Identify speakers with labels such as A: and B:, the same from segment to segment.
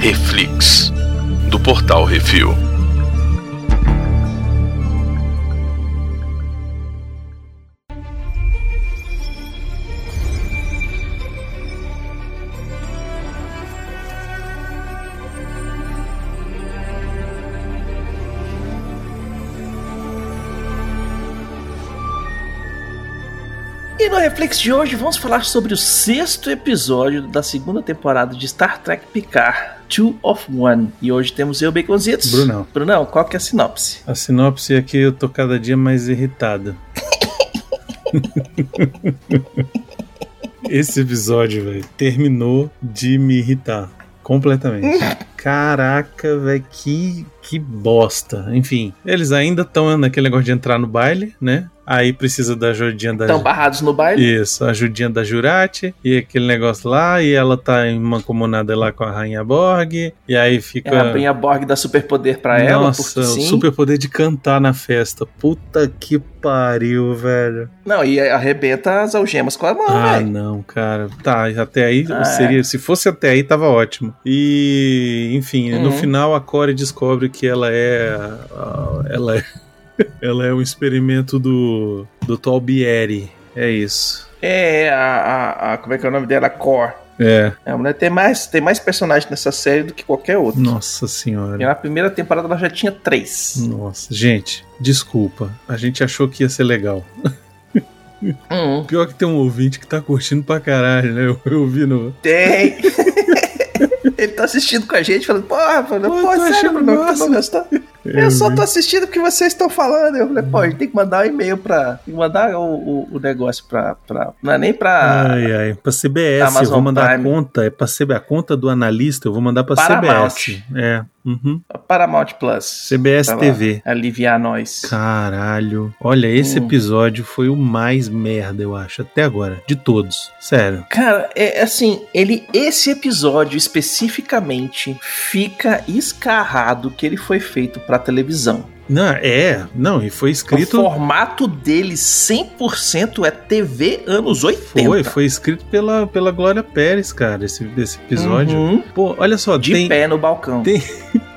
A: Reflix, do portal Refil.
B: E no Reflex de hoje vamos falar sobre o sexto episódio da segunda temporada de Star Trek Picard, Two of One. E hoje temos eu, Baconzitos.
C: Brunão.
B: Brunão, qual que é a sinopse?
C: A sinopse é que eu tô cada dia mais irritado. Esse episódio, velho, terminou de me irritar completamente. Caraca, velho, que, que bosta. Enfim, eles ainda estão naquele negócio de entrar no baile, né? Aí precisa da ajudinha da
B: Estão barrados no Então baile?
C: isso, a ajudinha da Jurati e aquele negócio lá, e ela tá em mancomunada lá com a Rainha Borg, e aí fica.
B: Ela brinha É Borg dá superpoder pra ela,
C: Nossa,
B: porque sim.
C: o superpoder de cantar na festa. Puta que pariu, velho.
B: Não, e arrebenta as algemas com a mão,
C: Ah,
B: velho.
C: não, cara. Tá, até aí
B: Ah,
C: seria. Se fosse até aí, tava ótimo. E, enfim, no
B: Uhum.
C: final a Core descobre que ela é. a- Ela é. Ela é um experimento do. do Talbieri. É isso.
B: É, a, a- a- Como é que é o nome dela? A Cor.
C: É.
B: É, a mulher tem mais, tem mais personagens nessa série do que qualquer outro.
C: Nossa
B: E
C: senhora.
B: na primeira temporada ela já tinha três.
C: Nossa, gente, desculpa. A gente achou que ia ser legal.
B: Hum.
C: Pior que tem um ouvinte que tá curtindo pra caralho, né? Eu, eu vi no,
B: Tem! Ele tá assistindo com a gente, falando, porra, Bruno,
C: Pô,
B: pô,
C: tô
B: sério,
C: achando
B: Bruno, que tu
C: massa."
B: não gostou?
C: É,
B: Eu,
C: né?
B: só tô assistindo porque vocês estão falando. Eu falei, pô, a gente tem que mandar um e-mail pra. Tem que mandar o, o- o negócio pra, pra. Não é nem pra.
C: Ai, ai. Pra CBS, eu
B: Amazon
C: vou mandar
B: Prime.
C: a conta. É pra CB, a conta do analista, eu vou mandar pra
B: Paramount.
C: CBS. É. uhum.
B: Paramount Plus.
C: CBS
B: Pra Tá lá,
C: TV.
B: Aliviar nós.
C: Caralho. Olha, esse
B: Hum.
C: episódio foi o mais merda, eu acho, até agora. De todos. Sério.
B: Cara, é é assim, ele esse episódio especificamente fica escarrado que ele foi feito pra televisão.
C: Não, é. Não, e
B: O
C: foi escrito.
B: formato dele 100% é TV anos 80.
C: Foi, foi escrito pela, pela Glória Pérez, cara, esse, esse episódio.
B: Uhum.
C: Pô, olha só,
B: de
C: tem,
B: pé no balcão.
C: tem-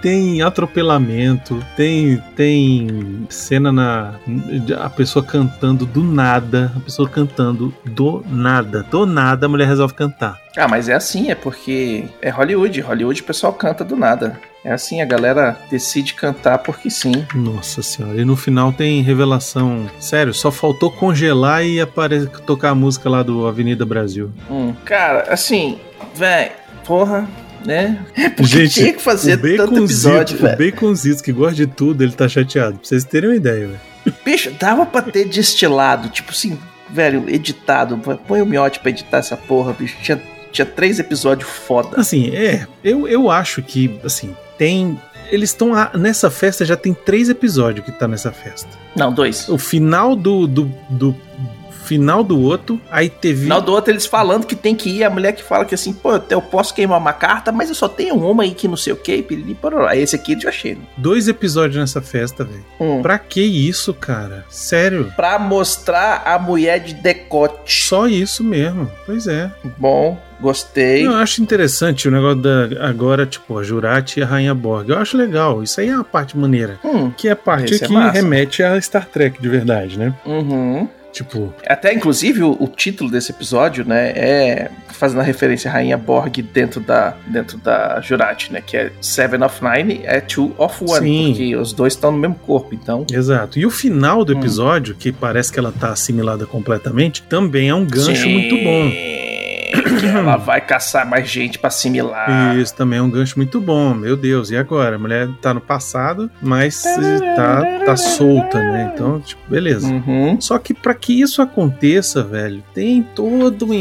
C: tem atropelamento, tem tem cena na a pessoa cantando do nada, a pessoa cantando do nada, do nada a mulher resolve cantar.
B: Ah, mas é assim, é porque é Hollywood. Hollywood o pessoal canta do nada. É assim, a galera decide cantar porque sim.
C: Nossa senhora, e no final tem revelação. Sério, só faltou congelar e apare- tocar a música lá do Avenida Brasil.
B: Hum, Cara, assim, véi, porra, né?
C: Gente,
B: tinha que fazer
C: o
B: tanto episódio,
C: Baconzito, o
B: velho.
C: Baconzito que gosta de tudo, ele tá chateado. Pra vocês terem uma ideia, velho.
B: Bicho, dava pra ter destilado, tipo assim, velho, editado. Põe o miote pra editar essa porra, bicho. Tinha, tinha três episódios foda.
C: Assim, é, eu, eu acho que, assim, tem. Eles estão nessa festa, já tem três episódios que tá nessa festa.
B: Não, dois.
C: O final do. do, do final do outro, aí teve.
B: final do outro, eles falando que tem que ir, a mulher que fala que assim, pô, eu posso queimar uma carta, mas eu só tenho uma aí que não sei o que, piriri, pororó. Aí Esse aqui eu já achei. né?
C: Dois episódios nessa festa, velho.
B: Um.
C: Pra que isso, cara? Sério?
B: Pra mostrar a mulher de decote.
C: Só isso mesmo. Pois é.
B: Bom, gostei.
C: Eu acho interessante o negócio da. Agora, tipo, a Jurati e a Rainha Borg. Eu acho legal. Isso aí é uma parte maneira.
B: Hum,
C: Que é a parte
B: Esse é
C: que
B: massa.
C: remete a Star Trek de verdade, né?
B: uhum.
C: Tipo,
B: Até, inclusive, o, o título desse episódio, né, é fazendo a referência à Rainha Borg dentro da, dentro da Jurati, né, que é Seven of Nine, é Two of One,
C: Sim.
B: porque os dois estão no mesmo corpo, então...
C: Exato. E o final do
B: Hum.
C: episódio, que parece que ela tá assimilada completamente, também é um gancho
B: Sim,
C: muito bom.
B: que Ela vai caçar mais gente pra assimilar.
C: Isso também é um gancho muito bom. Meu Deus, e agora? A mulher tá no passado, mas eh, tá, tá solta, né? Então, tipo, beleza.
B: Uhum.
C: Só que pra que isso aconteça, velho, tem toda uma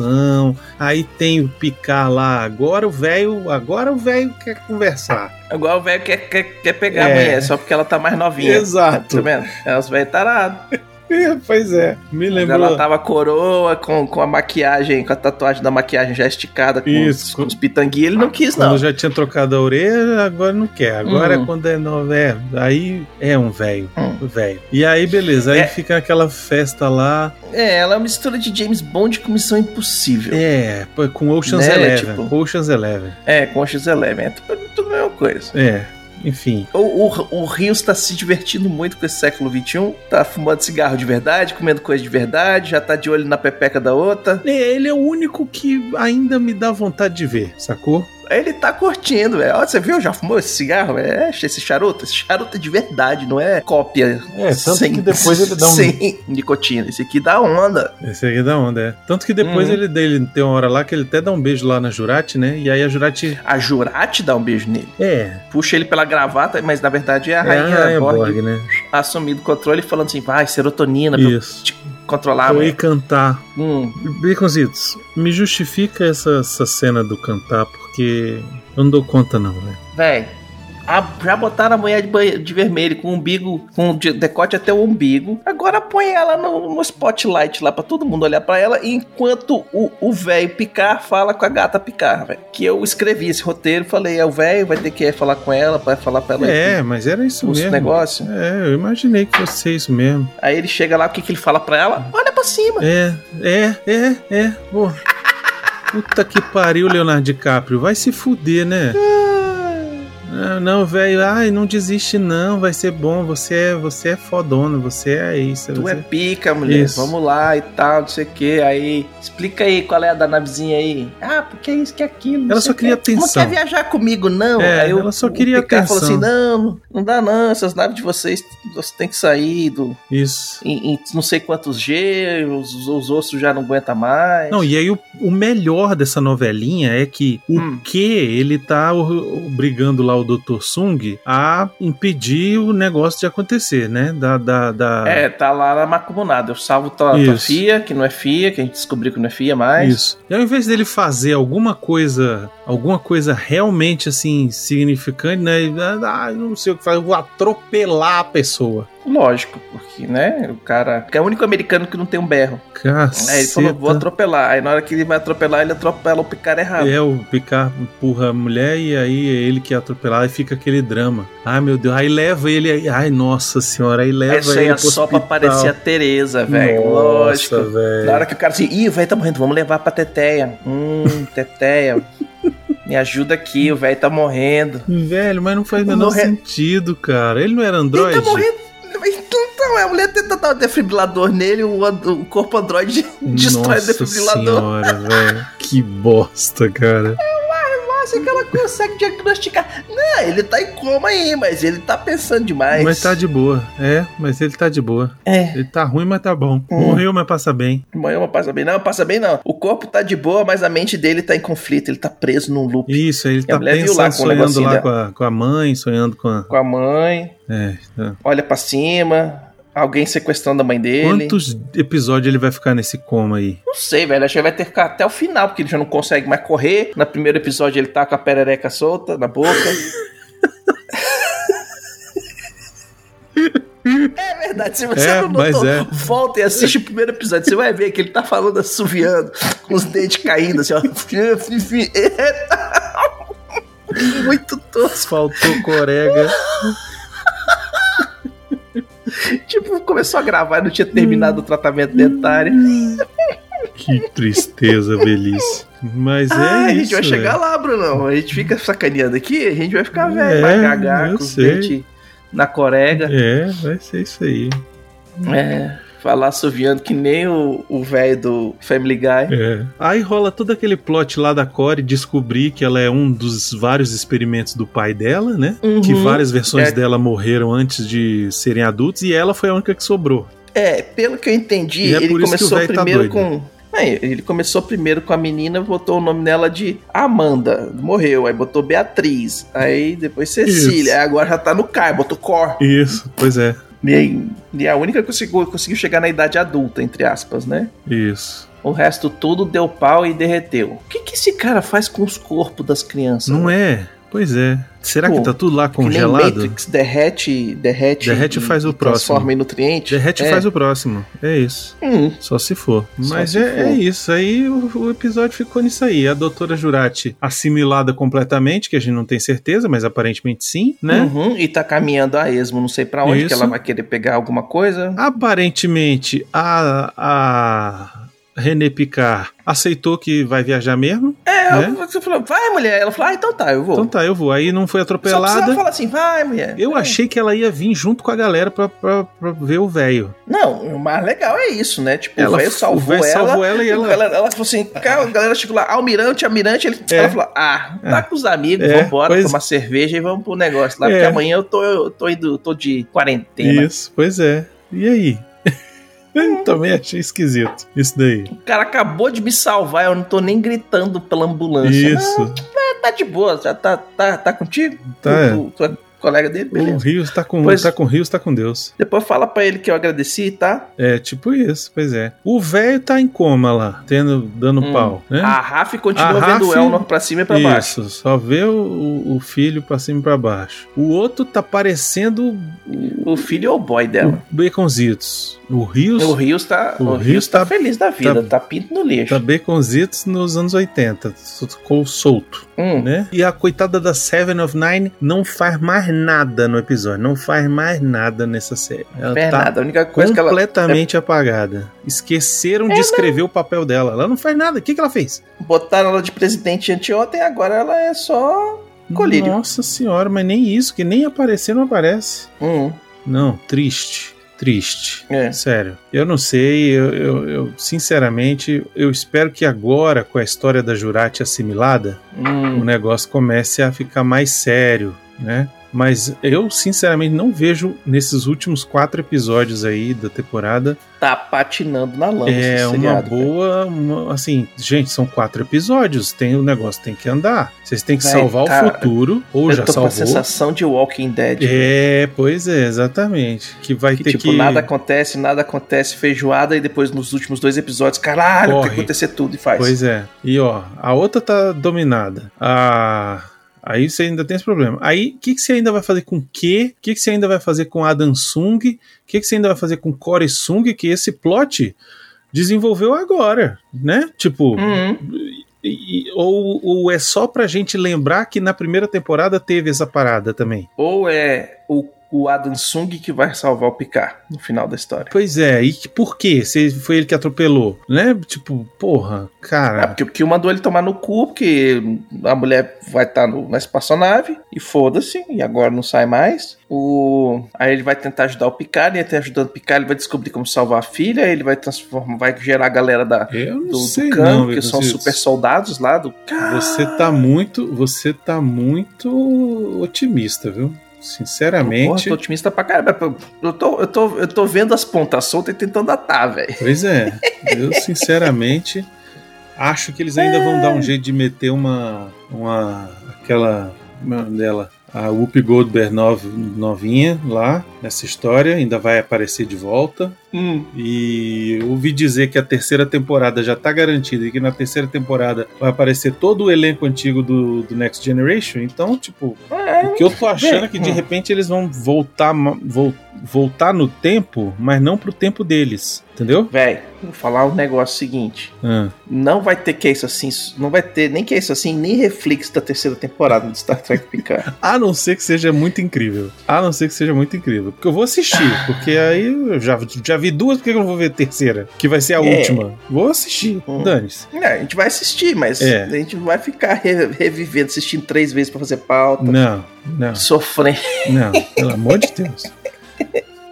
C: enrolação. Aí tem o picar lá, agora o velho, agora o velho quer conversar.
B: Igual o velho quer, quer, quer pegar
C: É.
B: a mulher, só porque ela tá mais novinha.
C: Exato.
B: Tá vendo? É os velhos tarados.
C: pois é. Me
B: Mas
C: lembrou.
B: Ela tá tava coroa com, com a maquiagem, com a tatuagem da maquiagem já esticada com,
C: Isso,
B: os,
C: quando-
B: com os pitangui, ele não quis,
C: Quando
B: não.
C: já tinha trocado a orelha, agora não quer. Agora
B: Uhum.
C: é quando é novo, é. Aí é um velho.
B: Hum.
C: Velho. E aí, beleza. Aí
B: É.
C: fica aquela festa lá.
B: É, ela é uma mistura de James Bond com Missão Impossível.
C: É, pô, com Ocean's
B: Né,
C: Eleven.
B: tipo-
C: Ocean's Eleven.
B: É, com o X-Eleven, é tudo, tudo a mesma coisa.
C: É, enfim.
B: O, o, o Rio está se divertindo muito com esse século XXI. Tá fumando cigarro de verdade, comendo coisa de verdade, já tá de olho na pepeca da outra.
C: É, Ele é o único que ainda me dá vontade de ver, sacou?
B: Ele tá curtindo, velho. Ó, Você viu? Já fumou esse cigarro? velho? É, esse charuto? Esse charuto é de verdade, não é cópia.
C: É, tanto que depois ele dá um-
B: Sem nicotina. Esse aqui dá onda.
C: Esse aqui é da onda, é. Tanto que depois
B: Uhum.
C: ele, ele tem uma hora lá que ele até dá um beijo lá na Jurati, né? E aí a Jurati.
B: A Jurati dá um beijo nele.
C: É,
B: Puxa ele pela gravata, mas na verdade é a
C: é a
B: rainha
C: Rainha
B: Borg,
C: Borg, né?
B: assumindo o controle, falando assim: vai, serotonina pra eu
C: Isso.
B: controlar.
C: Foi
B: mano."
C: cantar.
B: Hum,
C: Baconzitos, me justifica essa, essa cena do cantar, porque eu não dou conta, não, né? velho.
B: Véi, a- já botaram a mulher de, banhe- de vermelho com o umbigo, com o de- decote até o umbigo. Agora põe ela no, no spotlight lá pra todo mundo olhar pra ela, enquanto o o velho picar fala com a gata picar, velho. Que eu escrevi esse roteiro, falei, é o velho, vai ter que falar com ela, vai falar pra ela
C: É, mas era isso
B: os
C: mesmo.
B: negócios.
C: É, eu imaginei que fosse isso mesmo.
B: Aí ele chega lá, o que, que ele fala pra ela? Olha pra cima.
C: É, é, é, é. Pô. Puta que pariu, Leonardo DiCaprio. Vai se fuder, né? Ah, não, velho. Ai, não desiste, não. Vai ser bom. Você é, você é fodona. Você é isso.
B: Tu
C: você...
B: é pica, mulher.
C: Isso.
B: Vamos lá e tal, não sei o que. Aí, explica aí qual é a da navezinha aí. Ah, porque é isso, que é aquilo. não
C: Ela
B: sei
C: só
B: o
C: queria
B: quê. Não
C: atenção.
B: quer viajar comigo, não.
C: É,
B: aí o-
C: ela só
B: o
C: queria
B: Picard falou assim,
C: atenção.
B: não, não dá não. Essas naves de vocês, você tem que sair do,
C: é Isso.
B: em, em não sei quantos G, os, os ossos já não aguentam mais.
C: Não, e aí o, o melhor dessa novelinha é que o
B: Hum.
C: que ele tá o- obrigando lá o Dr. Sung a impedir o negócio de acontecer, né? Da, da, da...
B: É, tá lá na macumunada. Eu salvo tua, tua
C: Isso.
B: FIA, que não é FIA, que a gente descobriu que não é FIA mais.
C: Isso. E ao invés dele fazer alguma coisa, alguma coisa realmente assim significante, né? e, Ah, não sei o que fazer, eu vou atropelar a pessoa.
B: Lógico, porque, né, o cara... que É o único americano que não tem um berro.
C: Caceta.
B: Aí É, ele falou, vou atropelar. Aí na hora que ele vai atropelar, ele atropela o picar errado.
C: É, o Picard empurra a mulher e aí é ele que é atropelado e fica aquele drama. Ai, meu Deus. Aí leva ele aí. Ai, nossa senhora. Aí leva
B: Essa aí
C: ele
B: é
C: pro
B: só pra
C: hospital.
B: parecer a Tereza, velho.
C: Nossa,
B: Lógico.
C: velho.
B: Na hora que o cara assim, ih, o velho tá morrendo, vamos levar pra Teteia. Hum, Teteia. Me ajuda aqui, o velho tá morrendo.
C: Velho, mas não faz o
B: Não
C: menor
B: é-
C: sentido, cara. Ele não era
B: Ele
C: androide?
B: tá morrendo. Então, a mulher tenta dar um defibrilador nele, o, and- o corpo androide destrói o
C: Nossa
B: defibrilador.
C: senhora, velho. Que bosta, cara.
B: Nossa, é que ela consegue diagnosticar. Não, ele tá em coma aí, mas ele tá pensando demais.
C: Mas tá de boa. É, mas ele tá de boa.
B: É.
C: Ele tá ruim, mas tá bom.
B: Hum.
C: Morreu, mas passa bem.
B: Amanhã não passa bem, não, passa bem não. O corpo tá de boa, mas a mente dele tá em conflito, ele tá preso num loop
C: Isso, ele
B: a
C: tá
B: mulher viu
C: pensando,
B: lá com o
C: sonhando
B: negocinho
C: lá
B: dela.
C: com a, com a mãe, sonhando com a.
B: com a mãe,
C: É, tá.
B: olha pra cima, alguém sequestrando a mãe dele.
C: Quantos episódios ele vai ficar nesse coma aí?
B: Não sei, velho, acho que ele vai ter que ficar até o final, porque ele já não consegue mais correr. No primeiro episódio ele tá com a perereca solta na boca. É verdade, se você
C: É,
B: não
C: mas
B: notou,
C: é.
B: volta e assiste o primeiro episódio. Você vai ver que ele tá falando assoviando, com os dentes caindo, assim, ó. Muito tosco.
C: Faltou corega.
B: Tipo, começou a gravar e não tinha terminado o tratamento dentário.
C: que tristeza, velhice. Mas é
B: ah, a
C: isso.
B: gente vai chegar
C: velho.
B: lá, Brunão. A gente fica sacaneando aqui, a gente vai ficar velho,
C: É,
B: vai cagar
C: eu
B: com os
C: sei.
B: dentes na corega.
C: É, vai ser isso aí.
B: É, falar assoviando que nem o o velho do Family Guy.
C: É. Aí rola todo aquele plot lá da Core descobrir que ela é um dos vários experimentos do pai dela, né?
B: Uhum.
C: Que várias versões
B: É.
C: dela morreram antes de serem adultos e ela foi a única que sobrou.
B: É, pelo que eu entendi,
C: E é
B: ele
C: por isso que o
B: começou
C: velho tá
B: primeiro
C: doido.
B: com. Aí, ele começou primeiro com a menina, botou o nome nela de Amanda, morreu, aí botou Beatriz, aí depois Cecília,
C: Isso.
B: aí agora já tá no Caio, botou Cor.
C: Isso, pois é.
B: E, aí- e é a única que conseguiu, conseguiu chegar na idade adulta, entre aspas, né?
C: Isso.
B: O resto tudo deu pau e derreteu. O que, que esse cara faz com os corpos das crianças?
C: Não é? Pois é. Será
B: Pô,
C: que tá tudo lá
B: Que nem
C: congelado?
B: Matrix derrete, derrete,
C: Derrete e faz o
B: transforma
C: próximo.
B: em nutriente.
C: Derrete e
B: É.
C: faz o próximo. É isso.
B: Hum,
C: Só se for.
B: Só
C: Mas
B: se
C: é,
B: for.
C: é isso. Aí o, o episódio ficou nisso aí. A doutora Jurati assimilada completamente, que a gente não tem certeza, mas aparentemente sim, né?
B: uhum, e tá caminhando a esmo, não sei pra onde que
C: Isso.
B: ela vai querer pegar alguma coisa.
C: Aparentemente, a, a René Picard aceitou que vai viajar mesmo.
B: É,
C: né?
B: você falou, vai mulher. Ela falou, ah, então tá, eu vou.
C: Então tá, eu vou. Aí não foi
B: Só precisava
C: atropelada.
B: falar assim, vai mulher.
C: Eu achei que ela ia vir junto com a galera pra, pra, pra ver o velho.
B: Não, o mais legal é isso, né? Tipo, o velho
C: o
B: salvou
C: véio
B: ela.
C: salvou ela e
B: Ela,
C: ela.
B: ela falou assim, cara, a galera chegou lá, almirante, almirante, ele,
C: É.
B: ela falou, ah, tá com os amigos,
C: É,
B: vambora,
C: pois-
B: tomar cerveja e vamos pro negócio lá,
C: É.
B: porque amanhã eu tô, eu tô indo, tô de quarentena.
C: Isso, pois é. E aí? Também achei esquisito isso daí.
B: O cara acabou de me salvar, eu não tô nem gritando pela ambulância.
C: Isso.
B: Não, tá de boa, já tá, tá, tá contigo?
C: Tá.
B: Tu, tu é colega dele,
C: O
B: beleza.
C: Rios tá com,
B: Pois-
C: tá com Rios, tá com Deus.
B: Depois fala pra ele que eu agradeci, tá?
C: É, tipo isso, pois é. O velho tá em coma lá, tendo, dando
B: Hum.
C: pau, né?
B: A Raf continua
C: A
B: vendo
C: Raf-
B: o Elnor pra cima e pra baixo.
C: Isso, só vê o- o, o filho pra cima e pra baixo. O outro tá parecendo o,
B: O filho é o boy
C: o
B: dela.
C: Baconzitos. O Rios
B: O Rios tá,
C: O
B: o Rios
C: Rios
B: tá,
C: tá-
B: feliz da vida, tá, pinto no lixo.
C: tá Baconzitos nos anos 80. Ficou solto,
B: Hum.
C: né? E a coitada da Seven of Nine não faz mais nada no episódio. Não faz mais nada nessa série. Ela
B: Faz
C: tá
B: é nada. A única coisa que ela É,
C: completamente apagada. Esqueceram de escrever o papel dela. Ela não faz nada. O que, que ela fez?
B: botaram ela de presidente anteontem, agora ela é só. Colírio.
C: Nossa senhora, mas nem isso, que nem aparecer não aparece.
B: Hum,
C: Não, triste. Triste.
B: é.
C: Sério, eu não sei, eu, eu- eu, sinceramente, eu espero que agora, com a história da Jurati assimilada, o
B: Hum.
C: negócio comece a ficar mais sério, né? Mas eu, sinceramente, não vejo nesses últimos quatro episódios aí da temporada
B: Tá patinando na lama. esse
C: É uma
B: seriado, cara.
C: boa, uma- assim, gente, são quatro episódios, tem o negócio tem que andar. Vocês têm que
B: Véi,
C: salvar
B: cara,
C: o futuro ou
B: tá Eu
C: já
B: tô com a
C: salvou.
B: sensação de Walking Dead.
C: É, pois é, exatamente. Que vai
B: Que,
C: ter
B: tipo,
C: que
B: nada acontece, nada acontece, feijoada, e depois nos últimos dois episódios, caralho, tem
C: Corre.
B: que acontecer tudo e faz.
C: Pois é. E ó, a outra tá dominada. A Aí você ainda tem esse problema. Aí, o que, que você ainda vai fazer com Q? O que, que você ainda vai fazer com Adam Sung? O que, que você ainda vai fazer com Core Sung? Que esse plot desenvolveu agora, né? Tipo,
B: Uhum.
C: E- e- ou, ou é só pra gente lembrar que na primeira temporada teve essa parada também?
B: Ou é o, o Adam Sung que vai salvar o Picard no final da história.
C: Pois é, e que- por quê? Se foi ele que atropelou, né? Tipo, porra,
B: Ah,
C: cara.
B: porque, porque um mandou ele tomar no cu, porque a mulher vai estar na espaçonave e foda-se, e agora não sai mais. O... Aí ele vai tentar ajudar o Picard, ele tá ajudando o Picard, ele vai descobrir como salvar a filha, ele vai transformar, vai gerar a galera da,
C: Eu
B: É, do,
C: não
B: do
C: sei
B: Khan,
C: não,
B: que são
C: Ivancitos.
B: super soldados lá do Khan.
C: Você tá muito, você tá muito otimista, viu?
B: Porra,
C: Sinceramente.
B: tô otimista pra caramba. Eu tô, eu, tô, eu tô vendo as pontas soltas e tentando atar, velho.
C: Pois é. Eu sinceramente acho que eles ainda vão dar um jeito de meter uma uma aquela como é o nome dela, a Whoopi Goldberg nov- novinha lá nessa história, ainda vai aparecer de volta.
B: Hum.
C: E eu ouvi dizer que a terceira temporada já tá garantida e que na terceira temporada vai aparecer todo o elenco antigo do, do Next Generation. Então, tipo,
B: É,
C: o que eu tô achando
B: Bem,
C: é que de
B: hum.
C: repente eles vão voltar ma- vol- voltar no tempo, mas não pro tempo deles, entendeu?
B: Véi, vou falar um negócio seguinte.
C: Ah.
B: Não vai ter que isso assim, não vai ter nem que
C: é
B: isso assim, nem reflexo da terceira temporada de Star Trek Picard.
C: A não ser que seja muito incrível. A não ser que seja muito incrível. Porque eu vou assistir. Porque aí eu já, já vi duas, por que eu não vou ver a terceira? Que vai ser a
B: É.
C: última. Vou assistir.
B: Hum.
C: Dane-se.
B: É, a gente vai assistir, mas
C: É.
B: a gente não vai ficar re- revivendo, assistindo três vezes pra fazer pauta,
C: Não, não,
B: sofrendo.
C: não. Pelo amor de Deus.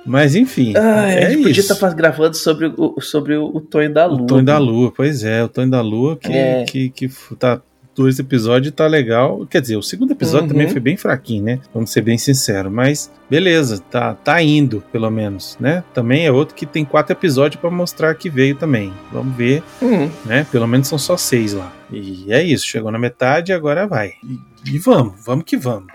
C: Mas enfim.
B: Ai,
C: é
B: a gente podia
C: isso.
B: estar gravando sobre o, sobre o, o Tonho da Lua. né?
C: o Tonho da Lua, pois é. O Tonho da Lua que,
B: É.
C: que, que f- tá. Dois episódios tá legal. Quer dizer, o segundo episódio
B: Uhum.
C: também foi bem fraquinho, né? Vamos ser bem sinceros. Mas beleza, tá, tá indo, pelo menos, né? Também é outro que tem quatro episódios pra mostrar que veio também. Vamos ver
B: Hum,
C: né? Pelo menos são só seis lá. E é isso, chegou na metade e agora vai. E, e vamos, vamos que vamos.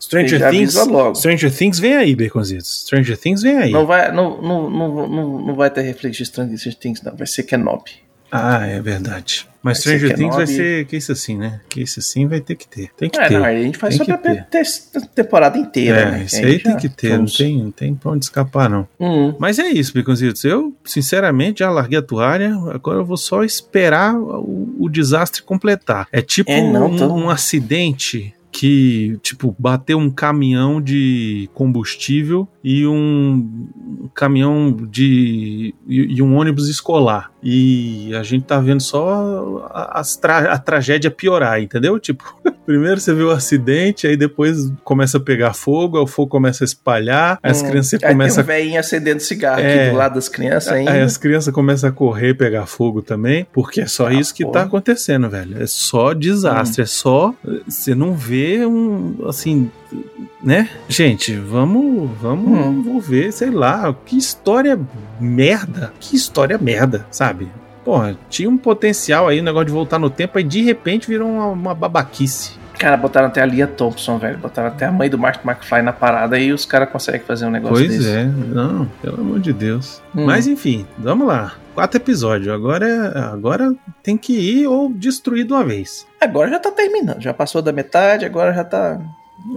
B: Stranger
C: Stranger Things,
B: avisa logo.
C: Stranger Things vem aí, Baconzitos. Stranger Things vem aí.
B: Não vai, não, não, não, não, não vai ter reflexo de Stranger Things, não. Vai ser Kenobi.
C: Ah, é verdade. Mas
B: Vai ser
C: Stranger Things vai
B: Kenobi.
C: ser que isso assim, né? Que isso assim vai ter que ter. Tem que
B: É,
C: ter.
B: não, a gente faz
C: Tem
B: sobre a
C: que ter.
B: te- temporada inteira.
C: é,
B: né?
C: isso
B: A
C: aí
B: gente
C: tem
B: já
C: que ter, não
B: fomos.
C: tem, não tem pra onde escapar, não.
B: Hum.
C: Mas é isso, Biconzitos. Eu, sinceramente, já larguei a toalha. Agora eu vou só esperar o, o desastre completar. É tipo
B: É, não,
C: um,
B: tô-
C: um acidente que, tipo, bateu um caminhão de combustível e um caminhão de. e, e um ônibus escolar. E a gente tá vendo só a, as tra- a tragédia piorar, entendeu? Tipo, primeiro você vê o acidente, aí depois começa a pegar fogo, aí o fogo começa a espalhar, aí as
B: Hum.
C: crianças
B: Aí
C: começam a
B: tem um velhinho acendendo cigarro
C: É.
B: aqui do lado das crianças ainda.
C: Aí as crianças começam a correr, pegar fogo também, porque é só
B: Ah,
C: isso que
B: pô.
C: tá acontecendo, velho. É só desastre, é só. Você não vê um. Assim. Né? Gente, vamos. Vamos
B: Hum.
C: vamos ver, sei lá. Que história merda. Que história merda, sabe? Porra, tinha um potencial aí, o negócio de voltar no tempo, aí de repente virou uma, uma babaquice.
B: Cara, botaram até a Lia Thompson, velho. Botaram até a mãe do Mark McFly na parada e os caras conseguem fazer um negócio
C: pois
B: desse.
C: é, não, pelo amor de Deus.
B: Hum.
C: Mas enfim, vamos lá. Quatro episódios. Agora, é- agora tem que ir ou destruir de uma vez.
B: Agora já tá terminando. Já passou da metade, agora já tá.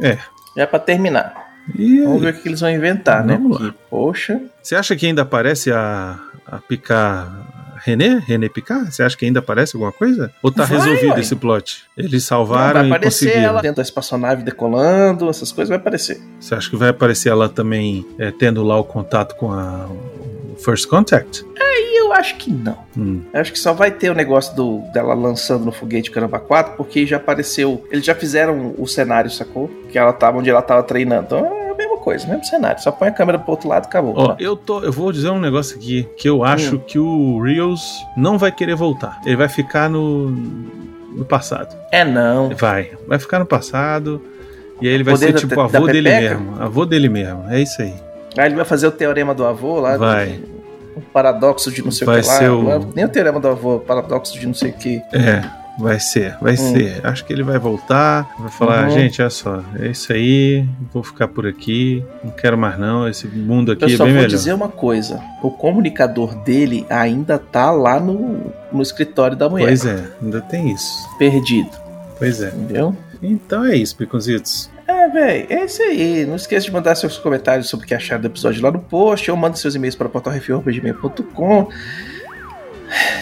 C: É.
B: Já é pra terminar.
C: E
B: Vamos ver o que eles vão inventar, né?
C: Vamos lá.
B: Porque, Poxa.
C: você acha que ainda aparece a, a Picar René? René Picar? Você acha que ainda aparece alguma coisa? Ou tá
B: Vai,
C: resolvido
B: ué.
C: esse plot? Eles
B: Vai
C: salvaram e
B: aparecer
C: conseguiram.
B: ela dentro da espaçonave decolando, essas coisas, vai aparecer.
C: Você acha que vai aparecer ela também é, tendo lá o contato com a o First Contact?
B: E eu acho que não.
C: Hum.
B: Eu Acho que só vai ter o negócio do, dela lançando no foguete Caramba 4, porque já apareceu. Eles já fizeram o cenário, sacou? Que ela tava onde ela tava treinando. Então é a mesma coisa, mesmo cenário. Só põe a câmera pro outro lado e acabou.
C: Ó, eu, tô, eu vou dizer um negócio aqui que eu
B: Hum.
C: acho que o Reels não vai querer voltar. Ele vai ficar no, no passado.
B: É não.
C: Vai, vai ficar no passado. E aí ele vai
B: Poder
C: ser
B: da-
C: tipo
B: da
C: avô dele
B: pepeca?
C: mesmo. Avô dele mesmo. É isso aí.
B: Aí ele vai fazer o teorema do avô lá.
C: Vai.
B: O paradoxo de não sei
C: Vai
B: o que lá.
C: ser o-
B: Nem o teorema do avô, o paradoxo de não sei o que.
C: É. Vai ser, vai ser. Acho que ele vai voltar, vai falar,
B: Hum. Uhum.
C: gente, olha só, é isso aí, vou ficar por aqui, não quero mais não, esse mundo aqui
B: Eu
C: é
B: só
C: bem
B: vou
C: melhor.
B: dizer uma coisa: o comunicador dele ainda tá lá no, no escritório da mulher.
C: Pois é, ainda tem isso.
B: Perdido,
C: Pois é.
B: entendeu?
C: Então é isso, Piconzitos.
B: É, véi, é isso aí. Não esqueça de mandar seus comentários sobre o que acharam do episódio lá no post. Ou manda seus e-mails para portalrefil.com.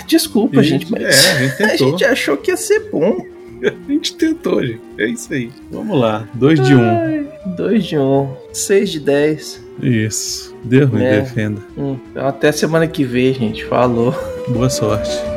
B: Desculpa,
C: E-
B: gente, mas
C: É, a gente
B: a
C: tentou.
B: gente achou que ia ser bom.
C: A gente tentou, gente. É isso aí. Vamos lá, dois de um.
B: 2 de 1, um, 6 de 10.
C: Isso. Deus me
B: É.
C: defenda.
B: Hum, então até semana que vem, gente. Falou.
C: Boa sorte.